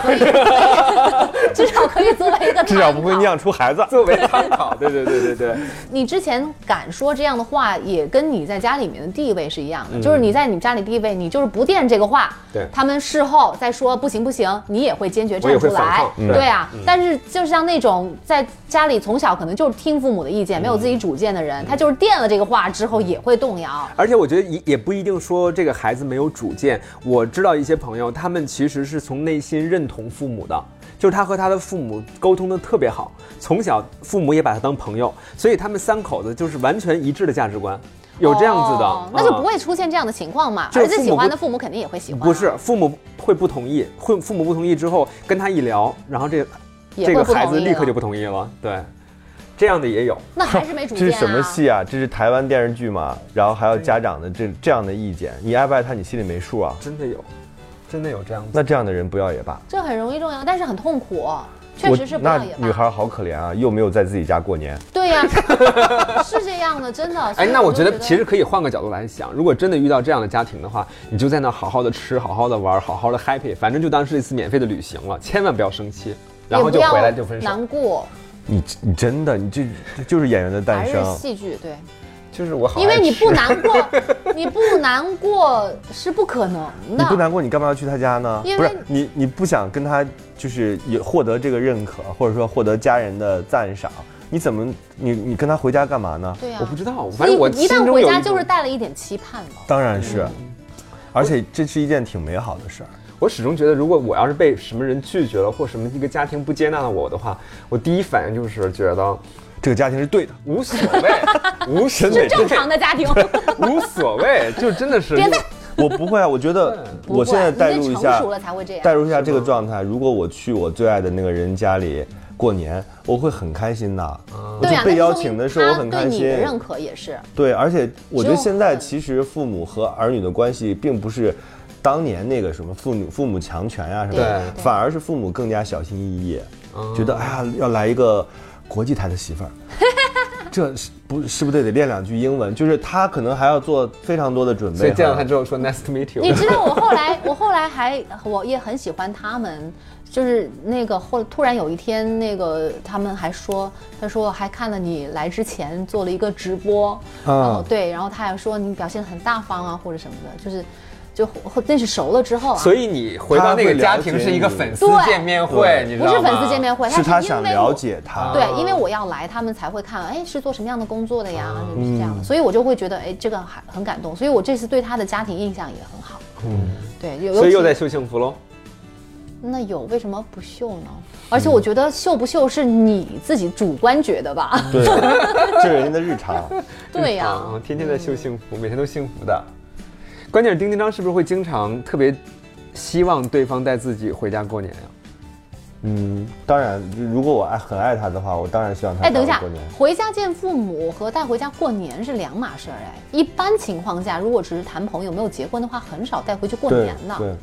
E: 至少可以作为一
C: (laughs)
E: 个
C: 至少不会
E: 参考
C: 酿出孩子。
D: (laughs) 作为参考。对对对对对，
E: 你之前敢说这样的话，也跟你在家里面的地位是一样的，就是你在你们家里地位，你就是不垫这个话，
D: 嗯对
E: 他们事后再说不行不行，你也会坚决
D: 我也
E: 站
D: 会
E: 出
D: 反
E: 来
D: 抗，嗯
E: 对啊。但是就像那种在家里从小可能就是听父母的意见，
D: 嗯
E: 没有自己主见的人，他就是垫了这个话之后也会动摇，
D: 而且我觉得也也不一定说这个孩子没有主见。我知道一些朋友，他们其实是从内心认同父母的，就是他和他的父母沟通的特别好，从小父母也把他当朋友，所以他们三口子就是完全一致的价值观，有这样子的，
E: 哦那就
D: 啊
E: 不会出现这样的情况嘛。
D: 就是
E: 儿
D: 父
E: 子
D: 母
E: 喜欢
D: 不
E: 的父母肯定也会喜欢啊，
D: 不是父母会不同意，会父母不同意之后跟他一聊，然后这
E: 也
D: 这
E: 会
D: 个
E: 不
D: 孩子
E: 同意
D: 立刻就
E: 了，
D: 不同意了，对，这样的也有。
E: 那还是没
D: (laughs)
C: (laughs)
E: 主
C: 这
E: 见
C: 是
E: 啊。
C: 什么戏啊？这是台湾电视剧嘛？然后还有家长的这这样的意见，你爱不爱他，你心里没数啊？
D: 真的有，真的有这样子。
C: 那这样的人不要也罢。
E: 这很容易动摇，但是很痛苦，哦确
C: 我
E: 实是不要
C: 那
E: 也罢。
C: 女孩好可怜啊，又没有在自己家过年。
E: 对呀、 (laughs) 是这样的，真的。所
D: 哎，
E: 以
D: 那我觉
E: 就
D: 得其实可以换个角度来想，如果真的遇到这样的家庭的话，你就在那好好的吃，好好的玩，好好的 happy，反正就当是一次免费的旅行了，千万不要生气，然后就
E: 也不要
D: 回来就分手。
E: 难过，
C: 你你真的你这这就是演员的诞
E: 还是
C: 生。
E: 戏剧对，
D: 就是我好爱
E: 因为你
D: 吃
E: 不难过，你不难过是不可能
C: 你不
E: 的。
C: 难过，你干嘛要去他家呢？
E: 因
C: 不
E: 为
C: 是你，你不想跟他就是有获得这个认可，或者说获得家人的赞赏，你怎么你你跟他回家干嘛呢？
E: 对呀、
D: 我不知道，反
E: 你
D: 正我
E: 一
D: 心
E: 旦
D: 中
E: 回
D: 有
E: 家
D: 一种
E: 就是带了一点期盼
D: (laughs)
E: 的。
C: 当然是，
E: 嗯
C: 而且这是一件挺美好的事儿。
D: 我始终觉得，如果我要是被什么人拒绝了，或什么一个家庭不接纳了我的话，我第一反应就是觉得
C: 这个家庭是对的，
D: 无所谓，无
E: 是
D: 所谓，
E: 正常的家庭，
D: 无所谓，就真的是
E: 别再
C: 我不
E: (laughs)
C: 会啊，我觉得
E: 不会啊
C: 我现在代入
E: 你
C: 一
E: 得
C: 下
E: 成熟，了才会这
C: 代
E: 样。
C: 入一下这个状态，如果我去我最爱的那个人家里过年，我会很开心的。我
E: 嗯对呀、啊
C: 就被
E: 那说
C: 邀
E: 明
C: 请的时候，我
E: 他
C: 很开
E: 对你的
C: 心。
E: 认可也是，
C: 对，而且我觉得
E: 只有
C: 现在
E: 恨
C: 其实父母和儿女的关系并不是当年那个什么父女父母强权啊呀、什么的，
E: 对哦
C: 反而是父母更加小心翼翼，
D: 嗯
C: 觉得哎呀要来一个国际台的媳妇
E: (laughs)
C: 儿，这是不是不是得得练两句英文？就是他可能还要做非常多的准备。
D: 所以见到他之后说 nice to meet you，
E: (laughs) 你知道我后来，我后来还我也很喜欢他们，就是那个后突然有一天，那个他们还说，他说还看了你来之前做了一个直播，
D: 啊
E: 然后对，然后他还说你表现得很大方啊或者什么的，就是就那是熟了之后啊，
D: 所以你回到那个家庭是一个粉丝
E: 对
D: 见面会，你知
E: 不
D: 道吗？
E: 是粉丝见面会，
C: 是他
E: 因
C: 想
E: 为
C: 了
E: 我。
C: 解他，
D: 啊
E: 对，因为我要来，他们才会看，哎，是做什么样的工作的呀，
D: 啊
E: 是这样
D: 嗯
E: 的，所以我就会觉得，哎，这个还很感动，所以我这次对他的家庭印象也很好。嗯，对，有
D: 所以
E: 尤
D: 又
E: 其
D: 在秀幸福喽。
E: 那有为什么不秀呢？而且我觉得秀不秀是你自己主观觉得吧？
C: 对，这是人家的日常。
E: (laughs) 对呀、
C: 嗯
D: 啊，天天在秀幸福，每天都幸福的。关键是丁丁张是不是会经常特别希望对方带自己回家过年呀、
C: 嗯，当然，如果我爱很爱他的话，我当然希望他
E: 哎，等一
C: 带我
E: 下
C: 嗯过年。，
E: 回家见父母和带回家过年是两码事儿哎。一般情况下，如果只是谈朋友，没有结婚的话，很少带回去过
C: 对
E: 年的。
C: 对，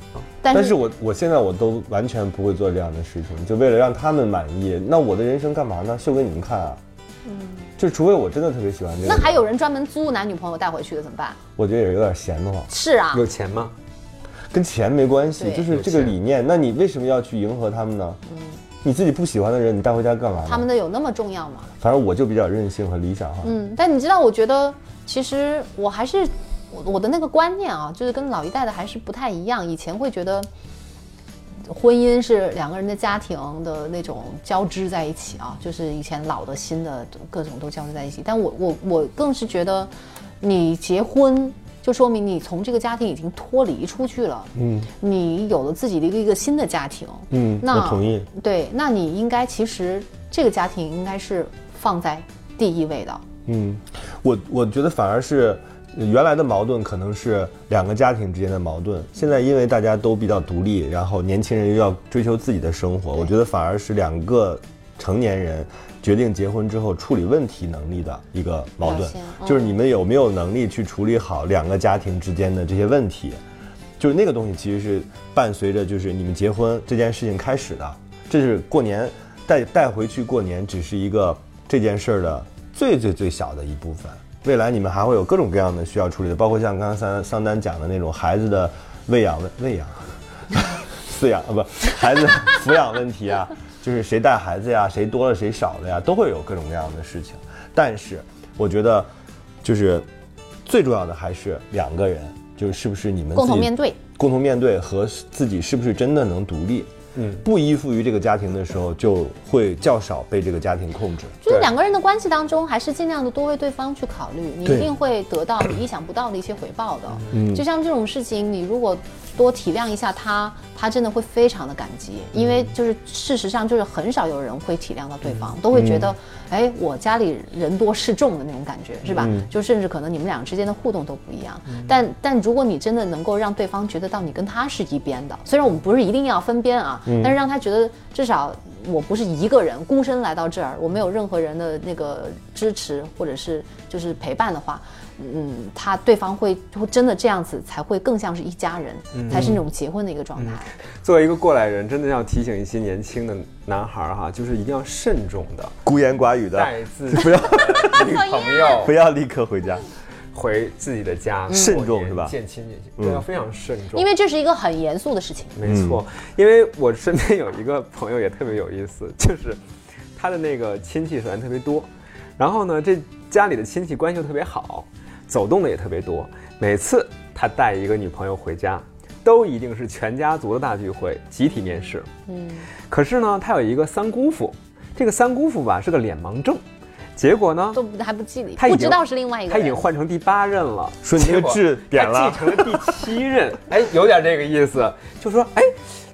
E: 但
C: 但
E: 是
C: 是我我现在我都完全不会做这样的事情，就为了让他们满意，那我的人生干嘛呢？秀给你们看啊！就除非我真的特别喜欢这个
E: 嗯那
C: 人，
E: 还有人专门租男女朋友带回去的怎么办？
C: 我觉得也有点闲得慌，
E: 是啊，
D: 有钱吗？
C: 跟钱没关系，
E: 对嗯
C: 就是这个理念。那你为什么要去迎合他们呢？你自己不喜欢的人，你带回家干嘛呢？
E: 他们的有那么重要吗？
C: 反正我就比较任性和理想化。
E: 嗯，但你知道，我觉得其实我还是我我的那个观念啊，就是跟老一代的还是不太一样。以前会觉得婚姻是两个人的家庭的那种交织在一起啊，就是以前老的新的各种都交织在一起。但我我我更是觉得，你结婚就说明你从这个家庭已经脱离出去了，嗯，你有了自己的一个一个新的家庭，
C: 嗯，
E: 那
C: 我同意。
E: 对，那你应该其实这个家庭应该是放在第一位的。
C: 嗯，我我觉得反而是呃原来的矛盾可能是两个家庭之间的矛盾，现在因为大家都比较独立，然后年轻人又要追求自己的生活，我觉得反而是两个成年人决定结婚之后处理问题能力的一个矛
E: 表
C: 盾
E: 现，嗯
C: 就是你们有没有能力去处理好两个家庭之间的这些问题。就是那个东西其实是伴随着就是你们结婚这件事情开始的，这是过年带带回去过年，只是一个这件事儿的最最最小的一部分。未来你们还会有各种各样的需要处理的，包括像刚刚桑桑丹讲的那种孩子的喂养问喂养、 (laughs) 饲养啊，不，孩子 (laughs) 抚养问题啊，就是谁带孩子呀，谁多了谁少了呀，都会有各种各样的事情。但是我觉得，就是最重要的还是两个人，就是是不是你们自己
E: 共同面对，
C: 共同面对和自己是不是真的能独立。嗯，不依附于这个家庭的时候，就会较少被这个家庭控制。
E: 就是
D: 对
E: 两个人的关系当中，还是尽量的多为对方去考虑，你一
C: 对
E: 定会得到你意想不到的一些回报的。就像这种事情，你如果多体谅一下他，他真的会非常的感激，因为就是事实上就是很少有人会体谅到对方，都会觉得，哎，我家里人多势众的那种感觉，是吧？就甚至可能你们俩之间的互动都不一样。但但如果你真的能够让对方觉得到你跟他是一边的，虽然我们不是一定要分边啊，
D: 嗯
E: 但是让他觉得至少。我不是一个人孤身来到这儿，我没有任何人的那个支持或者是就是陪伴的话，嗯，他对方会会真的这样子才会更像是一家人，
D: 嗯
E: 才是那种结婚的一个状态。
D: 作为一个过来人，真的要提醒一些年轻的男孩儿哈，就是一定要慎重的
C: 孤言寡语的，
D: 带自己的
E: (laughs)
D: 女朋友
C: 不要立刻回家。
D: 回自己的家，过
C: 慎重
D: 年
C: 是吧
D: 见亲见亲，对，要非常慎重，
E: 因为这是一个很严肃的事情，
D: 没错，因为我身边有一个朋友也特别有意思， (laughs) 就是他的那个亲戚首先特别多，然后呢，这家里的亲戚关系又特别好，走动的也特别多。每次他带一个女朋友回家，都一定是全家族的大聚会，集体面试。
E: 嗯，
D: 可是呢，他有一个三姑父，这个三姑父吧是个脸盲症，结果呢，
E: 都不还不记得，
D: 他已
E: 不
D: 经
E: 知道是另外一个
D: 他
E: 人。
D: 已经换成第八任了，
C: 说你这个
D: 结果
C: 痣点了
D: 他继承了第七任， (laughs) 哎，有点这个意思，就说哎，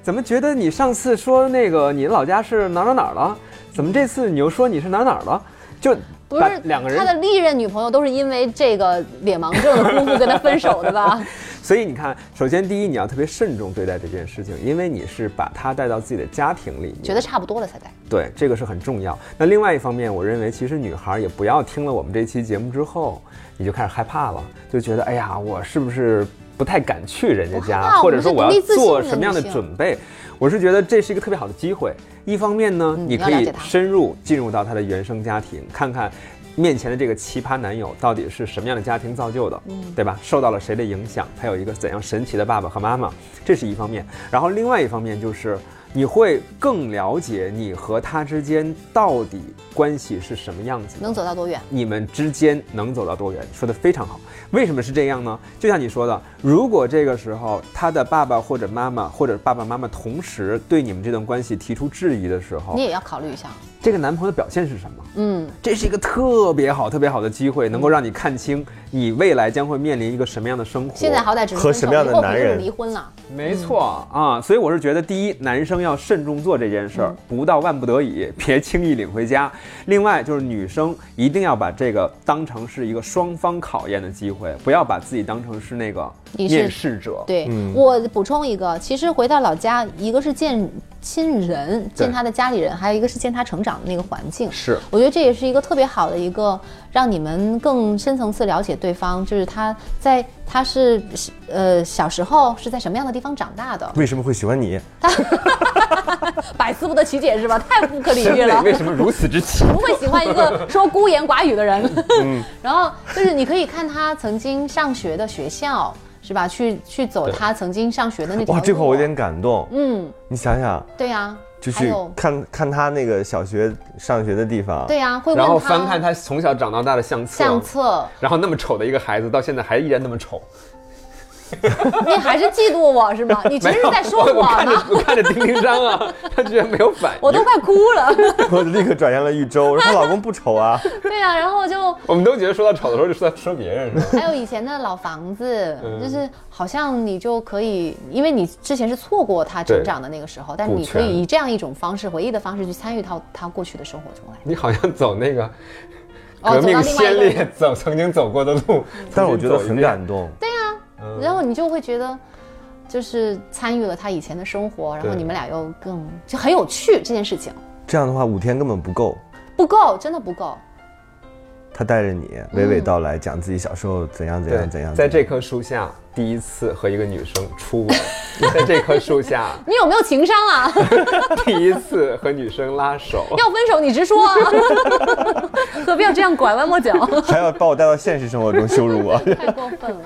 D: 怎么觉得你上次说那个你老家是哪儿哪儿哪儿了，怎么这次你又说你是哪儿哪儿了？就
E: 不
D: 把
E: 是
D: 两个人
E: 他的历任女朋友都是因为这个脸盲症的姑父跟他分手的
D: (laughs)
E: 吧？
D: 所以你看，首先第一，你要特别慎重对待这件事情，因为你是把他带到自己的家庭里面，
E: 觉得差不多了才带。
D: 对，这个是很重要。那另外一方面，我认为其实女孩儿也不要听了我们这期节目之后，你就开始害怕了，就觉得哎呀，我是不是不太敢去人家
E: 我害
D: 家，
E: 怕
D: 或者
E: 我
D: 说
E: 是独
D: 我要
E: 立自信
D: 做
E: 的
D: 什么样的
E: 女性
D: 准备？我是觉得这是一个特别好的机会。一方面呢，
E: 嗯
D: 你
E: 要
D: 可
E: 了
D: 以
E: 解她
D: 深入进入到她的原生家庭，看看。面前的这个奇葩男友到底是什么样的家庭造就的，对吧？受到了谁的影响？他有一个怎样神奇的爸爸和妈妈，这是一方面。然后另外一方面就是，你会更了解你和他之间到底关系是什么样子的，
E: 能走到多远？
D: 你们之间能走到多远？说的非常好。为什么是这样呢？就像你说的，如果这个时候他的爸爸或者妈妈或者爸爸妈妈同时对你们这段关系提出质疑的时候
E: 你，也要考虑一下。
D: 这个男朋友的表现是什么？
E: 嗯，
D: 这是一个特别好、特别好的机会，能够让你看清你未来将会面临一个什么样的生活。
E: 现在好歹只是
C: 和
E: 分手
C: 什么样的
E: 以后不
C: 男
E: 就是
C: 人
E: 离婚了？
D: 没错、啊，所以我是觉得，第一，男生要慎重做这件事儿，
E: 嗯
D: 不到万不得已，别轻易领回家。另外就是女生一定要把这个当成是一个双方考验的机会，不要把自己当成是那个
E: 你是
D: 厌世者。
E: 对、
C: 嗯
E: 我补充一个，其实回到老家，一个是见亲人，见他的家里人，还有一个是见他成长的那个环境。
D: 是，
E: 我觉得这也是一个特别好的一个，让你们更深层次了解对方，就是他在他是呃小时候是在什么样的地方长大的，
C: (laughs) 为什么会喜欢你？
E: (laughs) 百思不得其解是吧？太不可理
D: 审
E: 喻
D: 美
E: 了。
D: 为什么如此
E: (laughs)
D: 之奇？
E: 不会喜欢一个说孤言寡语的人。然后就是你可以看他曾经上学的学校，是吧？去去走他曾经上学的那条
C: 哇，
E: 路。啊
C: 这块我有点感动。
E: 嗯，
C: 你想想，
E: 对呀，
C: 就
E: 还
C: 去
E: 有
C: 看看他那个小学上学的地方，
E: 对呀，会问
D: 然后
E: 他
D: 翻看他从小长到大的相册，
E: 相册，
D: 然后那么丑的一个孩子，到现在还依然那么丑。
E: 你还是嫉妒我是吗？你其
D: 没
E: 实是
D: 有
E: 在说
D: 我我看
E: 呢
D: 着，我看着丁丁
E: (laughs)
D: 张啊，他居然没有反应。
E: 我都快哭了。 (laughs)
C: (laughs) 我就立刻转向了玉州，我说她老公不丑啊，
E: 对呀，然后就
D: 我们都觉得说到丑的时候就说说别人是吧？
E: 还有以前的老房子，就是好像你就可以，因为你之前是错过他成长的那个时候，但是你可以以这样一种方式回忆的方式去参与到他过去的生活中来。
D: (laughs) 你好像走那个
E: 哦走到
D: 革命
E: 另外一
D: 先
E: 个
D: 烈走曾经走过的 (laughs) 路，
C: 但是我觉得
D: 重新走一
C: 很
D: 遍
C: 感
D: (laughs)
C: 动。
E: 然后你就会觉得，就是参与了他以前的生活，然后你们俩又更就很有趣这件事情，
C: 这样的话，五天根本不够。
E: 不够，真的不够。
C: 他带着你娓娓道来，讲自己小时候怎样怎
D: 对
C: 样怎样。
D: 在
C: 怎
D: 这
C: 样
D: 棵树下第一次和一个女生初 (laughs) 吻，在这棵树下
E: 你有没有情商啊？
D: 第一次和女生
E: (laughs)
D: 拉手，
E: 要分手你直说啊， (laughs) 何必要这样拐弯抹
D: (laughs)
E: 角？
C: (laughs) 还要把我带到现实生活中羞辱我，
E: 太过分了。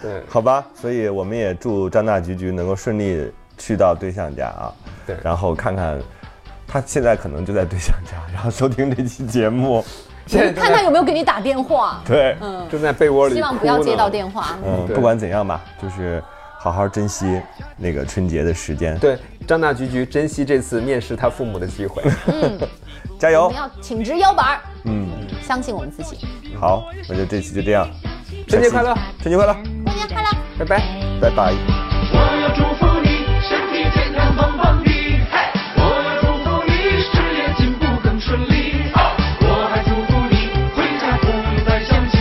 D: 对
C: 好吧？所以我们也祝张大菊菊能够顺利去到对象家啊，
D: 对
C: 然后看看他现在可能就在对象家，然后收听这期节目， (laughs)
D: 现在
E: (laughs)
D: 正
E: 看他
D: 在
E: 有没有给你打电话，
C: 对，
D: 正在被窝里
E: 希望不要
D: 哭
E: 接
D: 呢
E: 到电话。
C: 嗯，
D: 嗯对
C: 不管怎样吧，就是好好珍惜那个春节的时间，
D: 对，张大菊菊珍惜这次面试他父母的
E: (laughs)
D: 机会。
C: 加
E: 我
C: 油
E: 们！要挺直腰板儿，
C: 嗯，
E: 相信我们自己。
C: 好，那就这期就这样，
D: 春节快乐，
C: 春节快乐，
E: 过年快乐！
D: 拜拜。
C: 拜拜。
G: 我要祝福你身体健康棒棒的，我要祝福你事业进步更顺利，哦我还祝福你回家不用再想起，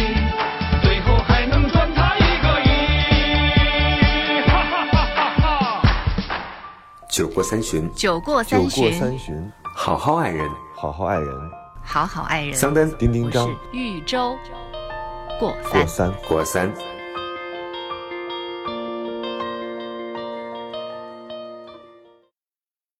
G: 最后还能赚他一个亿，哈哈哈哈哈。
A: 酒过三巡，
B: 酒过
C: 酒
B: 三
C: 过
B: 巡，
C: 三巡，
A: 好好爱人。
C: 好好爱人，
B: 好好爱人。
A: 桑丹
C: 丁丁
B: 我
C: 张
B: 是豫州过
C: 过
B: 三。
C: 三。
A: 果三。